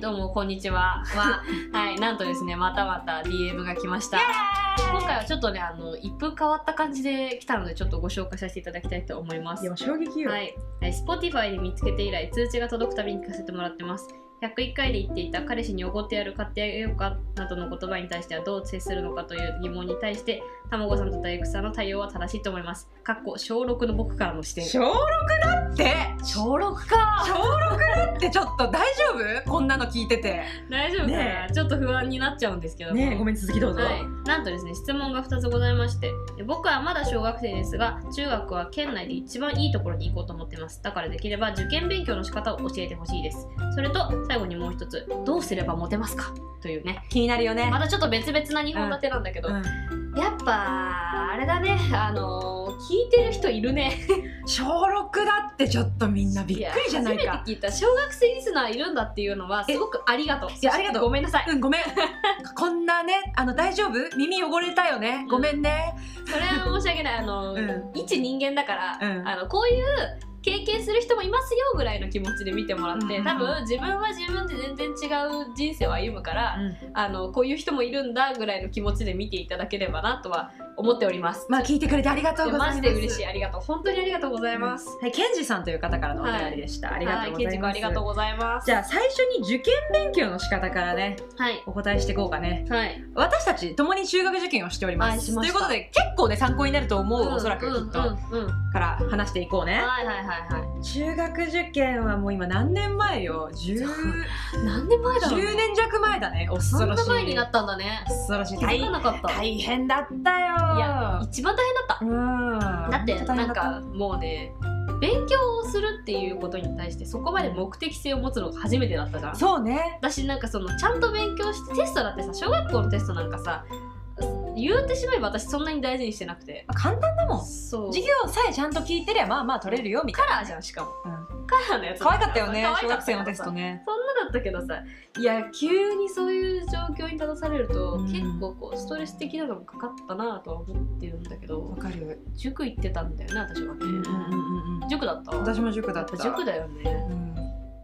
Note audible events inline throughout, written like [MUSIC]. どうもこんにち [LAUGHS] は。は、はい、なんとですね、またまた DM が来ました。今回はちょっとね、あの、一風変わった感じで来たので、ちょっとご紹介させていただきたいと思います。いや衝撃よ、はい、はい、Spotify で見つけて以来通知が届くたびに聞かせてもらってます101回で言っていた彼氏におごってやる買ってあげようかなどの言葉に対してはどう接するのかという疑問に対してたまごさんと大工さんの対応は正しいと思いますかっこ小6の僕からの視点小6だって小6か小6だってちょっと大丈夫こんなの聞いてて [LAUGHS] 大丈夫かな、ねちょっと不安になっちゃうんですけどもねえごめん続きどうぞ、はい、なんとですね質問が2つございましてえ僕はまだ小学生ですが中学は県内で一番いいところに行こうと思ってますだからできれば受験勉強の仕方を教えてほしいですそれと最後にもう一つどうすればモテますかというね気になるよねまたちょっと別々な2本立てなんだけど、うんやっぱあれだねあのー聞いてる人いるね小6だってちょっとみんなびっくりじゃないやか初めて聞いた小学生リスナーいるんだっていうのはすごくありがとういやありがとうごめんなさいうん [LAUGHS] ごめんこんなねあの大丈夫耳汚れたよねごめんね、それは申し訳ないあの、うん一人間だから、うんあのこういう経験する人もいますよぐらいの気持ちで見てもらって、うんうんうん多分自分は自分で全然違う人生を歩むから、あのこういう人もいるんだぐらいの気持ちで見ていただければなとは思っております。まあ聞いてくれてありがとうございまマすジで嬉しいありがとう本当にありがとうございます。はいケンジさんという方からのお便りでした、ありがとうございますはいケンジ君ありがとうございます。じゃあ最初に受験勉強の仕方からねはいお答えしていこうかねはい。私たち共に中学受験をしておりまはいすしまとしいうたことで結構ね参考になると思う、んおそらくきっと、うんうんうんはから話していこうねいはいはいは中学受験はもう今何年前よ 10, い。何年前だろう。 10年弱前だね恐そんろしない前になったんだね。恐ろしい気づかなかった。大変だったいやよ一番大変だった。うんだってなん本かもうね勉強をするっていうことに対してそこまで目的性を持つのが初めてだったじゃん当そうね私なんかそのちゃんと勉強してテストだってさ小学校のテストなんかさ言うてしまえば私そんなに大事にしてなくてまあ簡単だもんそう授業さえちゃんと聞いてりゃまあまあ取れるよみたカいなラーじゃんしかも、カラーのやつ可愛かったよね可愛かった小学生のテストねそんなだったけどさいや急にそういう状況に立たされると、うん結構こうストレス的なのもかかったなとは思ってるんだけどかる塾行ってたんだよね私はね、うんうんうんうん塾だった私も塾やだっったぱ塾だよねうん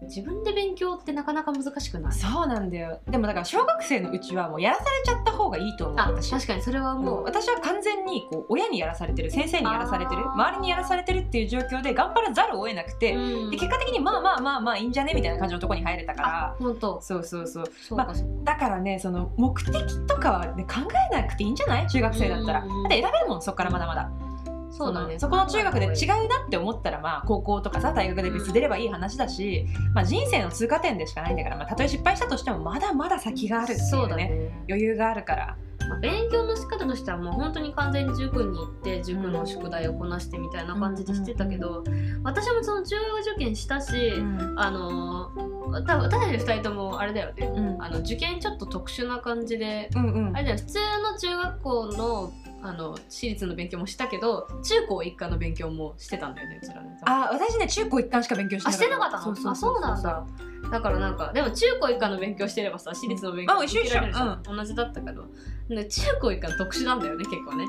自分で勉強ってなかなか難しくないそうなんだよでもだから小学生のうちはもうやらされちゃった方がいいと思うあ私確かにそれはももうう、私は完全にこう親にやらされてる先生にやらされてるあー周りにやらされてるっていう状況で頑張らざるを得なくて、うんで結果的にまあまあまあまあいいんじゃねみたいな感じのところに入れたから本当そうそうそうそうかそうか、だからねその目的とかは、ね、考えなくていいんじゃない中学生だったら、うだんうんうんって選べるもんそっからまだまだそうだねそのそこの中学で違うなって思ったらまあ高校とかさ大学で別に出ればいい話だし、まあ、人生の通過点でしかないんだから、まあ、たとえ失敗したとしてもまだまだ先があるっていうねそうだね、余裕があるからまあ勉強の仕方としてはもう本当に完全に塾に行って塾の宿題をこなしてみたいな感じでしてたけど、私もその中学受験したし、うんあのー多分私たち2人ともあれだよねうんあの受験ちょっと特殊な感じでうんうんあれだよ普通の中学校のあの私立の勉強もしたけど中高一貫の勉強もしてたんだよねうちらねあ私ね中高一貫しか勉強してあなかしったてなかったのそうそううあそうなんだだからなんかでも中高一貫の勉強してればさ私立の勉強あ一緒一緒受けられるじゃん同じだったけどで中高一貫特殊なんだよね結構ね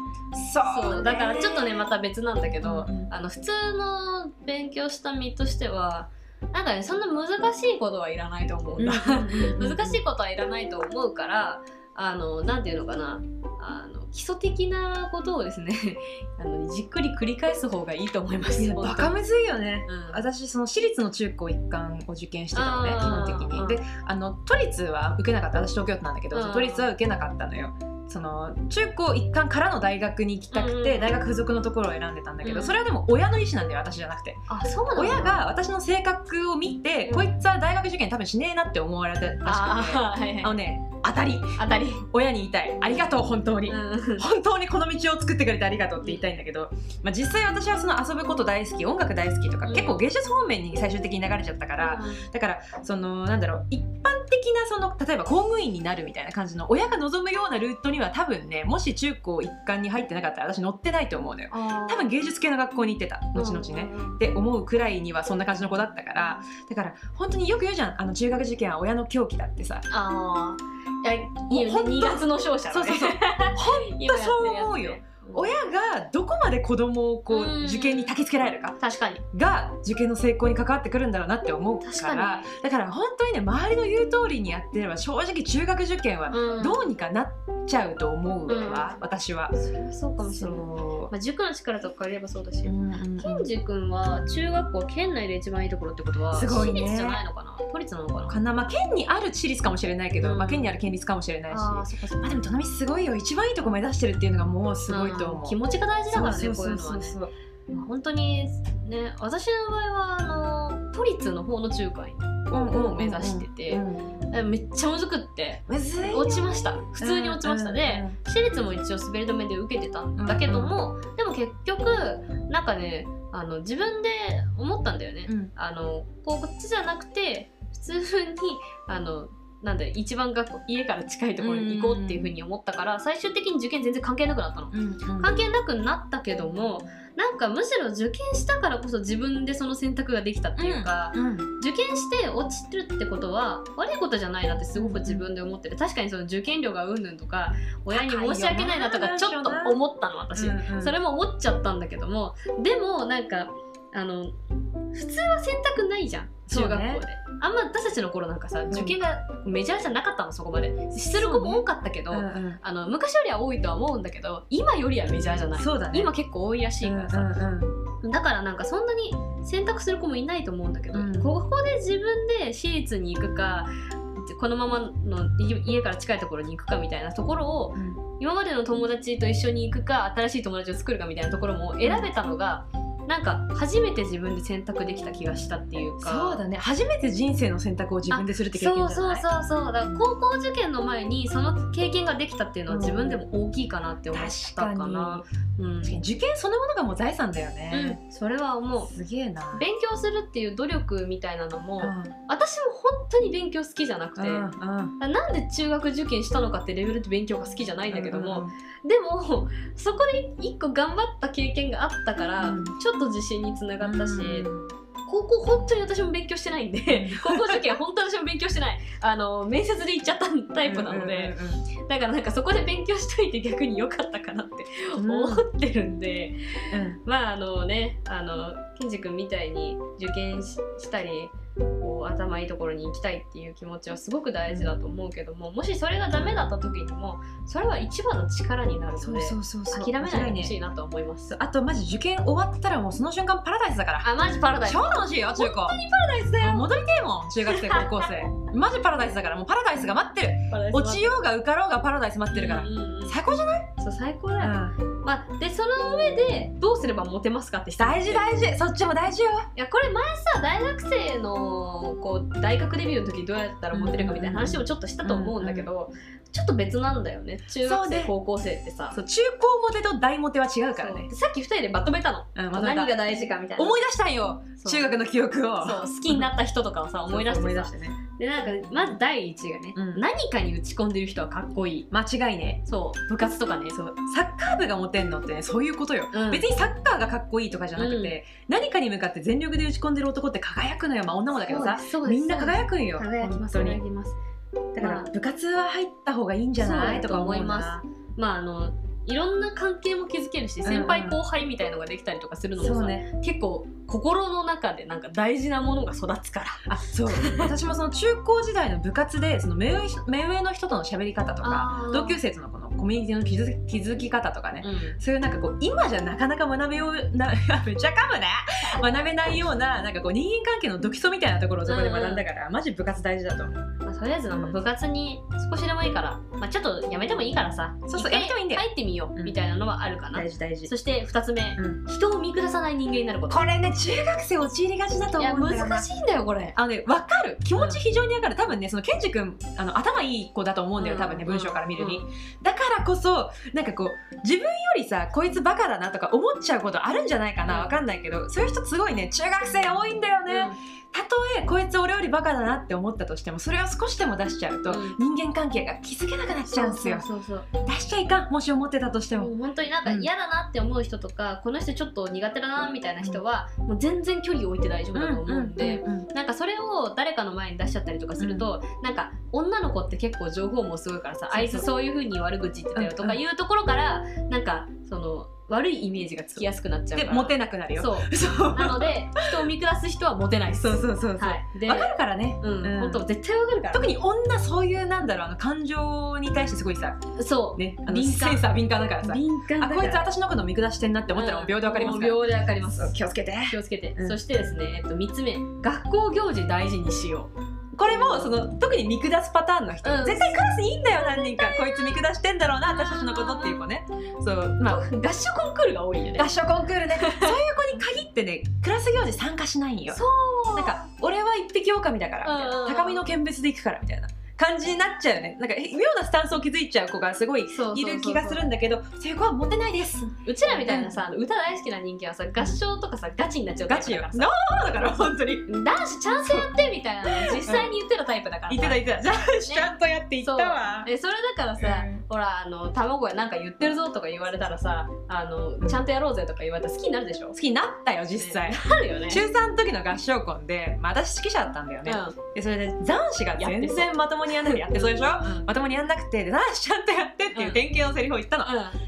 そうそうだからちょっとねまた別なんだけど、うんうんあの普通の勉強した身としてはなんかねそんな難しいことはいらないと思うんだ、 [LAUGHS] 難しいことはいらないと思うからあのなんていうのかなあの基礎的なことをですね [LAUGHS] あのじっくり繰り返す方がいいと思いますいやバカ本むずいよね当にうん私その私立の中高一貫を受験してたのね基あー本的うんにであの都立は受けなかった私東京都なんだけどうん都立は受けなかったのよその中高一貫からの大学に行きたくうんうてん大学付属のところを選んでたんだけうどんそれはでも親の意思なんだよ私じゃなくてあそうなんだ親が私の性格を見てうんこいつは大学受験多分しねえなって思われたらしくてあーはいはいあのね当たり当たり、親に言いたいありがとう本当にうん、本当にこの道を作ってくれてありがとうって言いたいんだけど、まあ、実際私はその遊ぶこと大好き音楽大好きとか、うん結構芸術方面に最終的に流れちゃったから、だからそのなんだろう一般的なその例えば公務員になるみたいな感じの親が望むようなルートには多分ねもし中高一貫に入ってなかったら私乗ってないと思うのよ多分芸術系の学校に行ってた後々ね、って思うくらいにはそんな感じの子だったからだから本当によく言うじゃんあの中学受験は親の狂気だってさああいやいいよねもうほんと2月の勝者だね [LAUGHS] そうそうそう今やってるやつねそう思うよ親がどこまで子供をこうんう受験に焚きつけられるか確かにが受験の成功に関わってくるんだろうなって思う確かからだから本当にね周りの言う通りにやってれば正直中学受験はに、うん、どうにかなっちゃうと思うわ、うん私は。それはそうかもしれない、そまあ、塾の力とか借りればそうだし、ううんうんケンジ君は中学校県内で一番いいところってことはすごいね私立じゃないのかな都立なのかなかなまあ、県にある私立かもしれないけど、うんまあ、県にある県立かもしれないしあーそっかそっかまあ、でも隣すごいよ一番いいとこ目指してるっていうのがもうすごいと思う。ん気持ちが大事だからねこういうのはねそうそうそうそうまあ本当にね私の場合はあの都立の方の中間を目指してて、うんえめっちゃむずくってむずいよ落ちました普通に落ちました、うんでうん私立も一応滑り止めで受けてたんだけども、でも結局なんかねあの自分で思ったんだよね、うんあのこっちじゃなくて普通にあのなんだ一番学校家から近いところに行こうっていうふうに思ったから、最終的に受験全然関係なくなったの。うんうん関係なくなったけどもなんかむしろ受験したからこそ自分でその選択ができたっていうか、うん受験して落ちるってことは悪いことじゃないなってすごく自分で思ってる確かにその受験料がうんぬんとか親に申し訳ないなとかちょっと思ったの私、うんうんそれも思っちゃったんだけどもでもなんかあの普通は選択ないじゃん中学校で、そうねあんま私たちの頃なんかさん受験がメジャーじゃなかったのそこまで出力も多かったけど、うんうんあの昔よりは多いとは思うんだけど今よりはメジャーじゃない、そうだね今結構多いらしいからさ、うんうんだからなんかそんなに選択する子もいないと思うんだけど、うんここで自分で私立に行くかこのままのい家から近いところに行くかみたいなところをうん今までの友達と一緒に行くか新しい友達を作るかみたいなところも選べたのがなんか初めて自分で選択できた気がしたっていうかそうだね初めて人生の選択を自分でするって経験じゃないそうそうそうそうだから高校受験の前にその経験ができたっていうのは自分でも大きいかなって思ったか確なか、うんに受験そのものがもう財産だようんね、、それは思すげえなう勉強するっていう努力みたいなのも、うん私も本当に勉強好きじゃなくて、うんなんで中学受験したのかってレベルで勉強が好きじゃないんだけども、うんでもそこで一個頑張った経験があったから、うんちょっと自信につながったし、うん高校本当に私も勉強してないんで [LAUGHS] 高校受験本当に私も勉強してないあの面接で行っちゃったタイプなので、うんうんうんだからなんかそこで勉強しといて逆に良かったかなって思ってるんで、うんまああのねあのケンジ君みたいに受験ししたりこう頭いいところに行きたいっていう気持ちはすごく大事だと思うけどももしそれがダメだった時にもそれは一番の力になるそのうでそうそうそう諦めないでほしねいなと思います。あとマジ受験終わったらもうその瞬間パラダイスだからあマジパラダイス超楽しいよ中高パラダイスだもう戻りてえもん中学生高校生マジパラダイスだからもうパラダイスが待ってる落ちようが受かろうがパラダイス待ってるから、うんうんうん最高じゃない、そう最高だよ、まあ、でその上でどうすればモテますかって質問大事大事そっちも大事よいやこれ前さ大学生のこう大学デビューの時どうやったらモテるかみたいな話をちょっとしたと思うんだけど、ちょっと別なんだよね中学そう生、ね高校生ってさそう中高モテと大モテは違うからそうねでさっき2人でまとめたのうんまとめ何たが大事かみたいな思い出したんよそう中学の記憶をそう好きになった人とかをさ思い出してそうそう思い出さしてねでなんかまず第一がね、うん何かに打ち込んでる人はかっこいい間違いねそう部活とかねそうサッカー部がモテんのってねそういうことようん別にサッカーがかっこいいとかじゃなくて、何かに向かって全力で打ち込んでる男って輝くのよ、まあ、女もだけどさそうですみんな輝くんよ輝きます本当輝にきますだから、まあ部活は入った方がいいんじゃなそういだととか思思いいまますまああのいろんな関係も築けるし先う輩んうん後輩みたいのができたりとかするのもさ、そうね結構心の中でなんか大事なものが育つからあそう私もその中高時代の部活でその目上目上の人との喋り方とか同級生、生とのこのコミュニティの気づ気づき方とかね、うんそういうなんかこう今じゃなかなか学べようなめっちゃ噛むね学べないようななんかこう人間関係のドキソみたいなところをそこで学んだから、マジ部活大事だと思うまあ、とりあえずなんか部活に少しでもいいから、まあ、ちょっとやめてもいいからさそうそう一回やめてもいいんだよ入ってみよううんみたいなのはあるかな、大事大事そして2つ目、う人を見下さない人間になることこれね中学生陥りがちだとい思やうんだよな難しいんだよこれあのね、わかる気持ち非常にわかる多分ねそのケンジ君あの頭いい子だと思うんだよ多分ねうん文章から見るに、うんだからこそなんかこう自分よりさこいつバカだなとか思っちゃうことあるんじゃないかうんなわかんないけどそういう人すごいね中学生多いんだよね、たとえこいつ俺よりバカだなって思ったとしてもそれを少しでも出しちゃうと、うん人間関係が築けなかくなっちゃうんすよそうそうそう出しちゃいかんもし思ってたとしてももう本当になんかうん嫌だなって思う人とか、この人ちょっと苦手だなみたいな人はもう全然距離を置いて大丈夫だと思うんで、うんなんかそれを誰かの前に出しちゃったりとかすると、なんか女の子って結構情報もすごいからさそうそうあいつそういうふうに悪口言ってたよとかうんいうところから、なんかその悪いイメージがつきやすくなっちゃうかでらモテなくなるよそうそうなので人を見下す人はモテないですそうそうそうそう、はいでわかるからね、うん、うん本当絶対わかるから特に女そういうなんだろうあの感情に対してすごいさそうねあの敏セ感ンサー敏感だからさ敏感あこいつ私のこと見下してんなって思ったらもう秒でわかりますから、もう秒でわかりまそうす気をつけて気をつけて、うんそしてですね、えっと、3つ目学校行事大事にしようこれもその特に見下すパターンの人、うん絶対クラスにいいんだよ何人かこいつ見下してんだろうな私たちのことっていう子ねそうまあ合唱コンクールが多いよね合唱コンク [LAUGHS] ールねそういう子に限ってねクラス行事参加しないんよそうなんか俺は一匹狼だからみうんうんたいなうん高みの見別で行くからみたいな感じになっちゃうよねなんかえ妙なスタンスを築いちゃう子がすごいそういそうそうそうる気がするんだけどそういう子はモテないですうちらみたいなさ、歌大好きな人間はさ合唱とかさガチになっちゃうタガイプチだよからさなあだから本当 [LAUGHS] に男子ちゃんとやってみたいなの実際に言ってたタイプだからさ言ってた言ってたじゃあちゃんとやっていったわえそれだからさ、うんほらあの卵がなんか言ってるぞとか言われたらさあのちゃんとやろうぜとか言われたら好きになるでしょ好きになったよ実際なるよね中3の時の合唱コンで、まあ、私指揮者だったんだよね、うでそれで男子が全やって然まともにやんなくてやってそうでしょんうんまともにやんなくてで男子ちゃんとやってっていう典型のセリフを言ったの、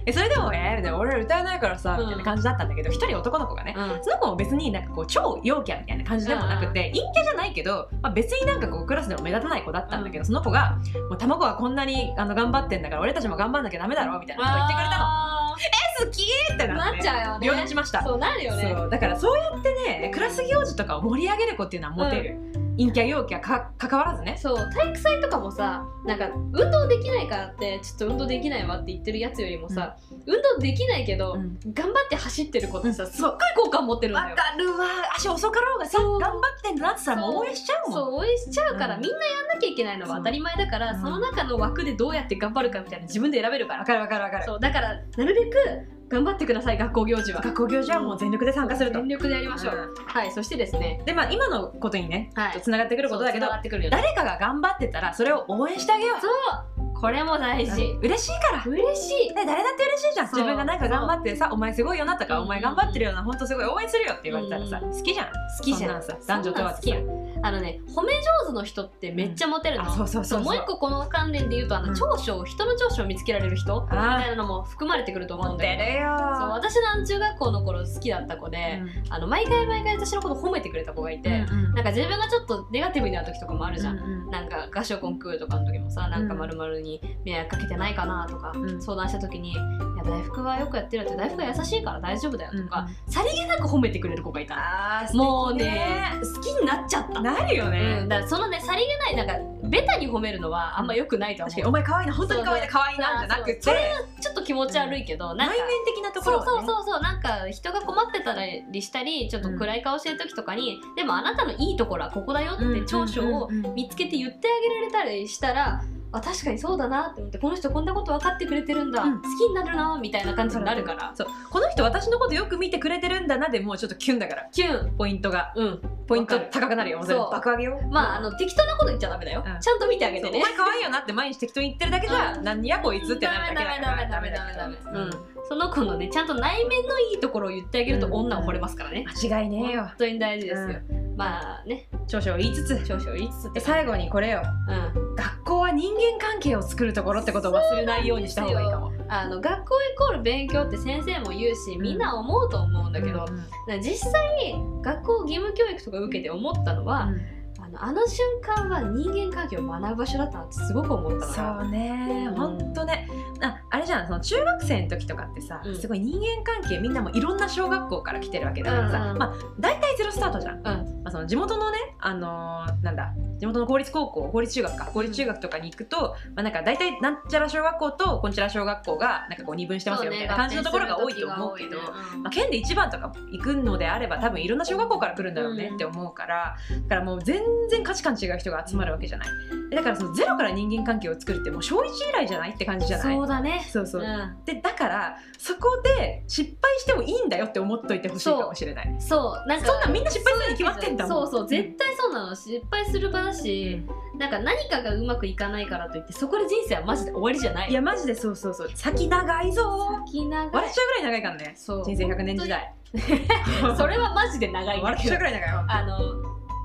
えそれでもえーみたいな俺ら歌えないからさうんみたいな感じだったんだけど一人男の子がねうんその子も別になんかこう超陽キャみたいな感じでもなくて陰キャじゃないけど、まあ、別になんかこうクラスでも目立たない子だったんだけど、その子が「もう卵はこんなにあの頑張ってんだから俺たちも頑張んなきゃダメだろ」みたいなこと言ってくれたのあ「え好き!」ってーなっなてっちゃう秒よ立ねちましたそうなるよねそうだからそうやってねクラス行事とかを盛り上げる子っていうのはモテる、陰キャ陽キャか関わらずねそう体育祭とかもさなんか運動できないからってちょっと運動できないわって言ってるやつよりもさ、運動できないけど、うん頑張って走ってる子ってさ、うんすっごい好感持ってるんだよ。るわ足遅かろうがさそう張ってんだなってさもう応援しちゃそう応援しちゃうから、うんみんなやんなきゃいけないのは当たり前だから、そうその中の枠でどうやって頑張るかみたいな自分で選べるからわかるわかるわかるそうだからなるべく頑張ってください学校行事は学校行事はもう全力で参加すると、全力でやりましょう、はいそしてですねでまあ今のことにねはいつながってくることだけどそう繋がってくるよね誰かが頑張ってたらそれを応援してあげようそうこれも大事うん嬉しいから嬉しいね、誰だって嬉しいじゃんそう自分がなんか頑張ってさ「お前すごいよな」とか「うんお前頑張ってるよな本当すごい応援するよ」って言われたらさうん好きじゃん好きじゃんそんなんさ男女問わずそんなん好きやんあのね褒め上手の人ってめっちゃモテるの、あそうそうそそううもう一個この関連で言うとあのうん長所人の長所を見つけられる人みあーたいなのも含まれてくると思うんモだテよねるよそう私のあの中学校の頃好きだった子で、あの毎回毎回私のこと褒めてくれた子がいて、うんなんか自分がちょっとネガティブになる時とかもあるじゃん、うんなんか合唱コンクールとかの時もさなんかうんまるまるに迷惑かけてないかなとか、うん相談した時に「いや大福はよくやってるよ」って「大福は優しいから大丈夫だよ」うんとか、さりげなく褒めてくれる子がいたのあーもうね好きになっちゃった、なるようねん、、だからそのねさりげないなんかベタに褒めるのはあんま良くないと思う確かにお前可愛いな本当に可愛いそなう可愛いなじゃなくてそうそれちょっと気持ち悪いけど、なんか内面的なとこそろうはそうねそうそうなんか人が困ってたりしたりちょっと暗い顔してる時とかに、でもあなたのいいところはここだよって長所をうんうんうんうん見つけて言ってあげられたりしたらあ確かにそうだなって思ってこの人こんなこと分かってくれてるんだ、うん好きになるなみたいな感じになるからそうこの人私のことよく見てくれてるんだなでもうちょっとキュンだからキュンポイントがうんポイント高くなるよもうそれそう爆上げよまああの適当なこと言っちゃダメだよ、うんちゃんと見てあげそてうおね前可愛いよなって毎日適当に言ってるだけじゃ、うん何やこいつってなるだけだからダメダメダメダメダメダメその子のねちゃんと内面のいいところを言ってあげるとうん女を惚れますからね、間違いねえよ本当に大事ですよ、まあね長所を言いつつ少々言いつつってで最後にこれようん学校は人間関係を作るところってことを忘れないようにした方がいいかもあの学校イコール勉強って先生も言うしみんな思うと思うんだけど、うん実際学校義務教育とか受けて思ったのは、あのあの瞬間は人間関係を学ぶ場所だったなってすごく思ったからそうねうんほんとねああれじゃんその中学生の時とかってさ、うんすごい人間関係みんなもいろんな小学校から来てるわけだからさ、うんうんまあ大体ゼロスタートじゃん、んまあ、その地元のねあのーなんだ地元の公立高校公立中学か公立中学とかに行くと、まあ、なんか大体なんちゃら小学校とこんちゃら小学校がなんかこう二分してますよみたいな感じのところが多いと思うけど、まあ、県で一番とか行くのであれば多分いろんな小学校から来るんだろうねって思うから、だからもう全然価値観違う人が集まるわけじゃないでだからそのゼロから人間関係を作るってもう小1以来じゃないって感じじゃないそうだねね。そうそうう、んでだからそこで失敗してもいいんだよって思っといてほしいかもしれないそうなんかそんなんみんな失敗するに決まってんだもそんうそう絶対そうなの失敗する場だし、なんか何かがうまくいかないからといってそこで人生はマジで終わりじゃないいやマジでそうそうそう先長いぞ先長笑いっちゃうぐらい長いから [LAUGHS] ねそう人生100年時代それはマジで長いんだ笑っけちゃどうぐらい長いわあの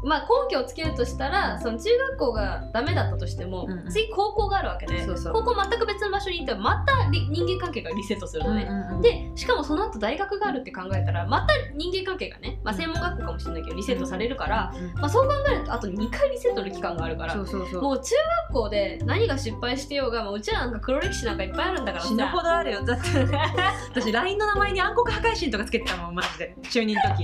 まあ根拠をつけるとしたらその中学校がダメだったとしても、うんうん次高校があるわけでそうそう高校全く別の場所に行ってもまたリ人間関係がリセットするのね、ででしかもその後大学があるって考えたらまた人間関係がね、まあ、専門学校かもしれないけどリセットされるから、まあ、そう考えるとあと2回リセットの期間があるからそうそうそうもう中学校で何が失敗してようがもううちらなんか黒歴史なんかいっぱいあるんだから死ぬほどあるよだって私 LINE の名前に暗黒破壊神とかつけてたもんマジで中二の [LAUGHS] 時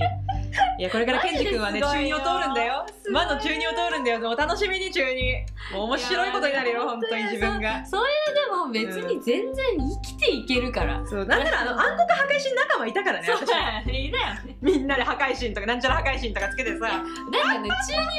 いやこれからケンジ君はねマジですご中い二よを通るんだよすごい魔の中二を通るんだよお楽しみに中二もう面白いことになるいよや本当に自分がそういうでも別に全然生きていけるから、そうなんならあの暗黒破壊神仲間いたからねそう私だよねいいだよねみんなで破壊神とかなんちゃら破壊神とかつけてさだからね中二はね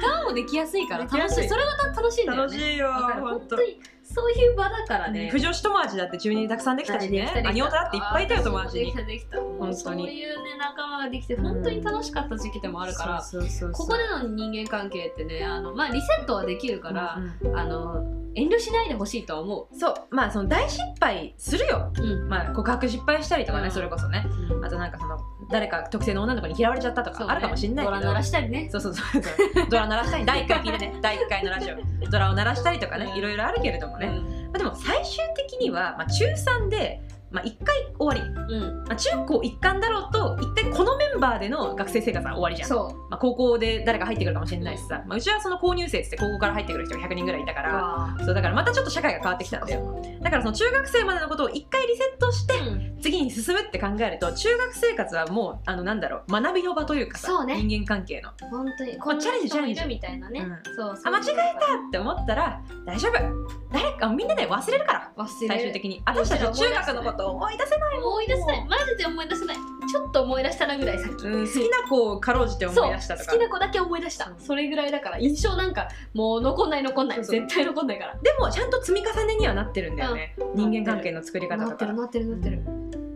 仲間もできやすいからでき楽やすしいいそれまた楽しいんだよ楽ねしいよだから本本当当にそういう場だからね不女子友達だって中二にたくさんできたしね兄弟だっていっぱいいたよ友達できにたできたもう本当にそういうね仲間ができて本当に楽しかった時期でもあるから、そうそうそうそこうこでの人間関係ってねあの、まあ、リセットはできるからう、んうんあの遠慮しないでほしいとは思そうまあその大失敗するよ、う、うんまあ、告白失敗したりとかね、うんそれこそねあとなんかその誰か特定の女の子に嫌われちゃったとそうねかあるかもしんないけドど、ラ鳴らしたりねそうそうそうそうドラ鳴らしたり第1回聞いてね第1回のラジオドラを鳴らしたりとかねうんいろいろあるけれどもね、まあ、でも最終的には、まあ、中3で、まあ、1回終わり、まうん、うんあ、中高一貫だろうと一回このメンバーでの学生生活は終わりじゃん、そうまあ、高校で誰か入ってくるかもしれないしさ、まあ、うちはその購入生っつって高校から入ってくる人が100人ぐらいいたから、そうだからまたちょっと社会が変わってきたんだよだからその中学生までのことを一回リセットしてうん次に進むって考えると中学生活はもうあのなんだろう学びの場というかさそうね人間関係の本当にこんなチャレンジチ人ャもレンいジるみたいなね、うそうそうあ間違えたって思ったら大丈夫誰かみんなで忘れるから忘れる最終的に私たちは中学のことを思い出せない思い出せないマジで思い出せないちょっと思い出したなぐらいさっき、うん好きな子をかろうじて思そうい出したとか好きな子だけ思い出したそれぐらいだから印象なんかもう残んない残んないそうそう絶対残んないからでもちゃんと積み重ねにはなってるんだよねん人間関係の作り方なとってかるなってるなってる、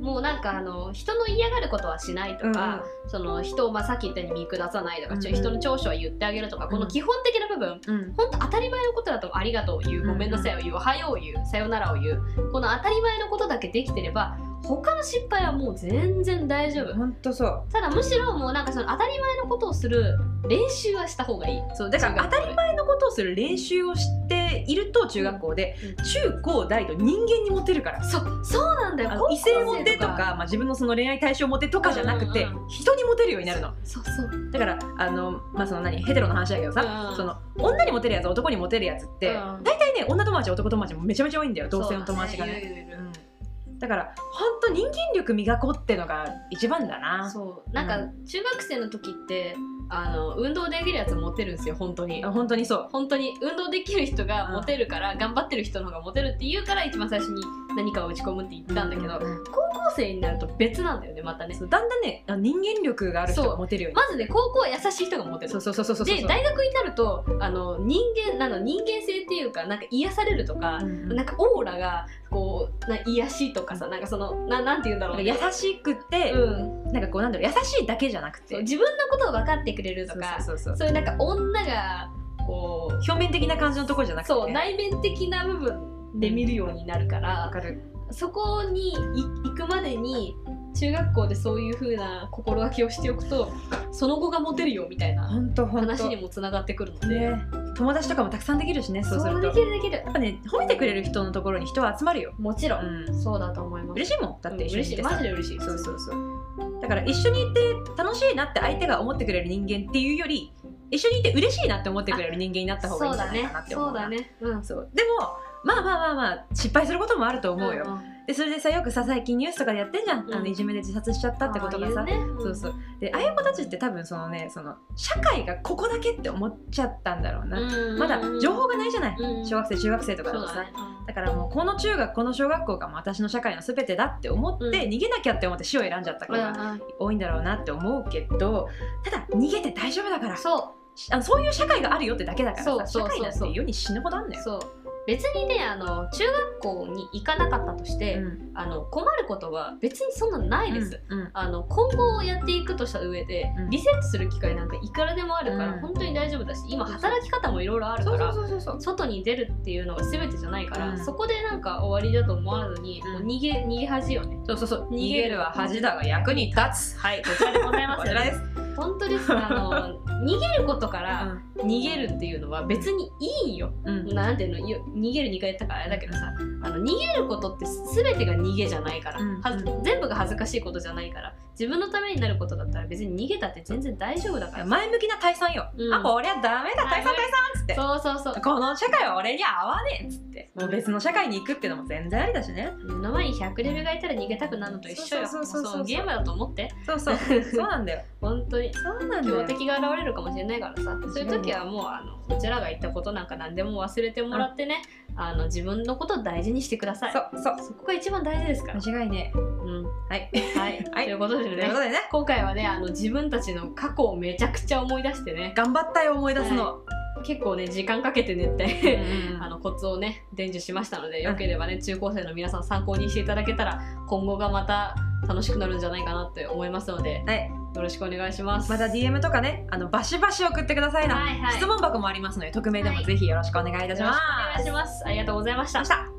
もうなんかあの人の嫌がることはしないとか、その人をまあさっき言ったように見下さないとか、うんうんちょ人の長所は言ってあげるとか、んこの基本的な部分うんうん本当当たり前のことだとありがとうを言う、うんごめんなさいを言うおはようを言うさよならを言うこの当たり前のことだけできてれば他の失敗はもう全然大丈夫ほんとそうただむしろもうなんかその当たり前のことをする練習はした方がいいそうだから当たりり前前のことをする練習をしていると中学校で、うんうん中高大と人間にモテるからそうそうなんだよあ高の校異生性モテとか、まあ、自分のその恋愛対象モテとかじゃなくて、うんうんうん人にモテるようになるのそうそうだからあの、まあ、その何ヘテロの話だけどさ、うんうんその女にモテるやつ男にモテるやつっうて、ん大体ね女友達男友達もめちゃめちゃ多いんだよ同性の友達がそうねだいるいるいるうんだから本当人間力磨こうってのが一番だなそうなんか中学生の時ってあの運動できるやつモテるんですよ本当に本当にそう本当に運動できる人がモテるから、頑張ってる人の方がモテるって言うから一番最初に何かを打ち込むって言ったんだけど、ううう高校生になると別なんだよねまたねそうだんだんねあ人間力がある人がモテるようになるまずね高校は優しい人がモテるそうそうそうそうそうそうで大学になるとあの人間なの人間性っていうかなんか癒されるとか、うんうんなんかオーラがこうな癒しとかさなんかそのななんて言うんだろう、なんか優しくて、うん、なんかこうなんだろう優しいだけじゃなくそうて自分のことを分かってくれるとかそうそうそうそうそういうなんか女がこう表面的な感じのところじゃなくて、ね、そう内面的な部分で見るようになるからわ、かるそこにい行くまでに中学校でそういう風な心がけをしておくとその後がモテるよみたいな本当本当話にもつながってくるので、ね友達とかもたくさんできるしねそうするとでやきるできるっぱね褒めてくれる人のところに人は集まるよ、もちろん、ん、そうだと思います嬉しいもんだって一緒にいてうん嬉しいマさ、ジで嬉しいそうそうそうだから一緒にいて楽しいなって相手が思ってくれる人間っていうより一緒にいて嬉しいなって思ってくれる人間になった方がいいんじゃないかなって思うそうだねそうだねそうでもまあまあまあまあ失敗することもあると思うよ、でそれでさよくさ最近ニュースとかでやってんじゃん、うんあのいじめで自殺しちゃったってことがさ、そうそうでああいう子たちって多分そのねその社会がここだけって思っちゃったんだろうな、まだ情報がないじゃない、うん小学生中学生とかだそうとさだだ,、ねからもうこの中学この小学校がもう私の社会の全てだって思って、うん逃げなきゃって思って死を選んじゃった子が多いんだろうなって思うけどただ逃げて大丈夫だからそあのそういう社会があるよってだけだからそうさそ社うそうそう会なんて世に死ぬほどあんだうよそう別にねあの中学校に行かなかったとして、あの困ることは別にそんなないです、うんあの今後をやっていくとした上で、うんリセットする機会なんかいくらでもあるから、うん本当に大丈夫だし今働き方もいろいろあるそかうそらうそうそうそう外に出るっていうのが全てじゃないから、うんそこでなんか終わりだと思わずに、うんもう逃げ逃げ恥よねそうそうそう逃逃げげるるは恥だが役に立つはいここちらでございますちよらねです本当ですあの逃げることから逃げるっていうのは別にいいんよ、うんうんなんていうのよ逃げる2回やったからあれだけどさあの逃げることって全てが逃げじゃないから、うんはず全部が恥ずかしいことじゃないから自分のためになることだったら別に逃げたって全然大丈夫だから前向きな退散ようんあこりゃダメだ退散退散っつってそうそうそうこの社会は俺に合わねえっつってもう別の社会に行くってのも全然ありだしね目の前に100レベルがいたら逃げたくなるのと一緒よそうそうそうそうそうもうゲームだと思ってそう [LAUGHS] そうそうなんだよ本当にそうなんだ強よ敵が現れるかもしれないからさそういう時はもうあのこちらが言ったことなんか何でも忘れてもらってね、あの自分のことを大事にしてくださいそうそうそこが一番大事ですから、間違いねうんはいはい、はいということでというねことでね今回はねあの自分たちの過去をめちゃくちゃ思い出してね頑張ったよ思い出すの、結構ね時間かけてねってうん [LAUGHS] う [LAUGHS] んあのコツをね伝授しましたのでよければね中高生の皆さん参考にしていただけたら今後がまた楽しくなるんじゃないかなって思いますのではい、よろしくお願いします。また DM とかねあのバシバシ送ってくださいな、はいはい質問箱もありますので匿名でもぜひよろしくお願いいたよろししくおます、願いします。ありがとうございましたまし。た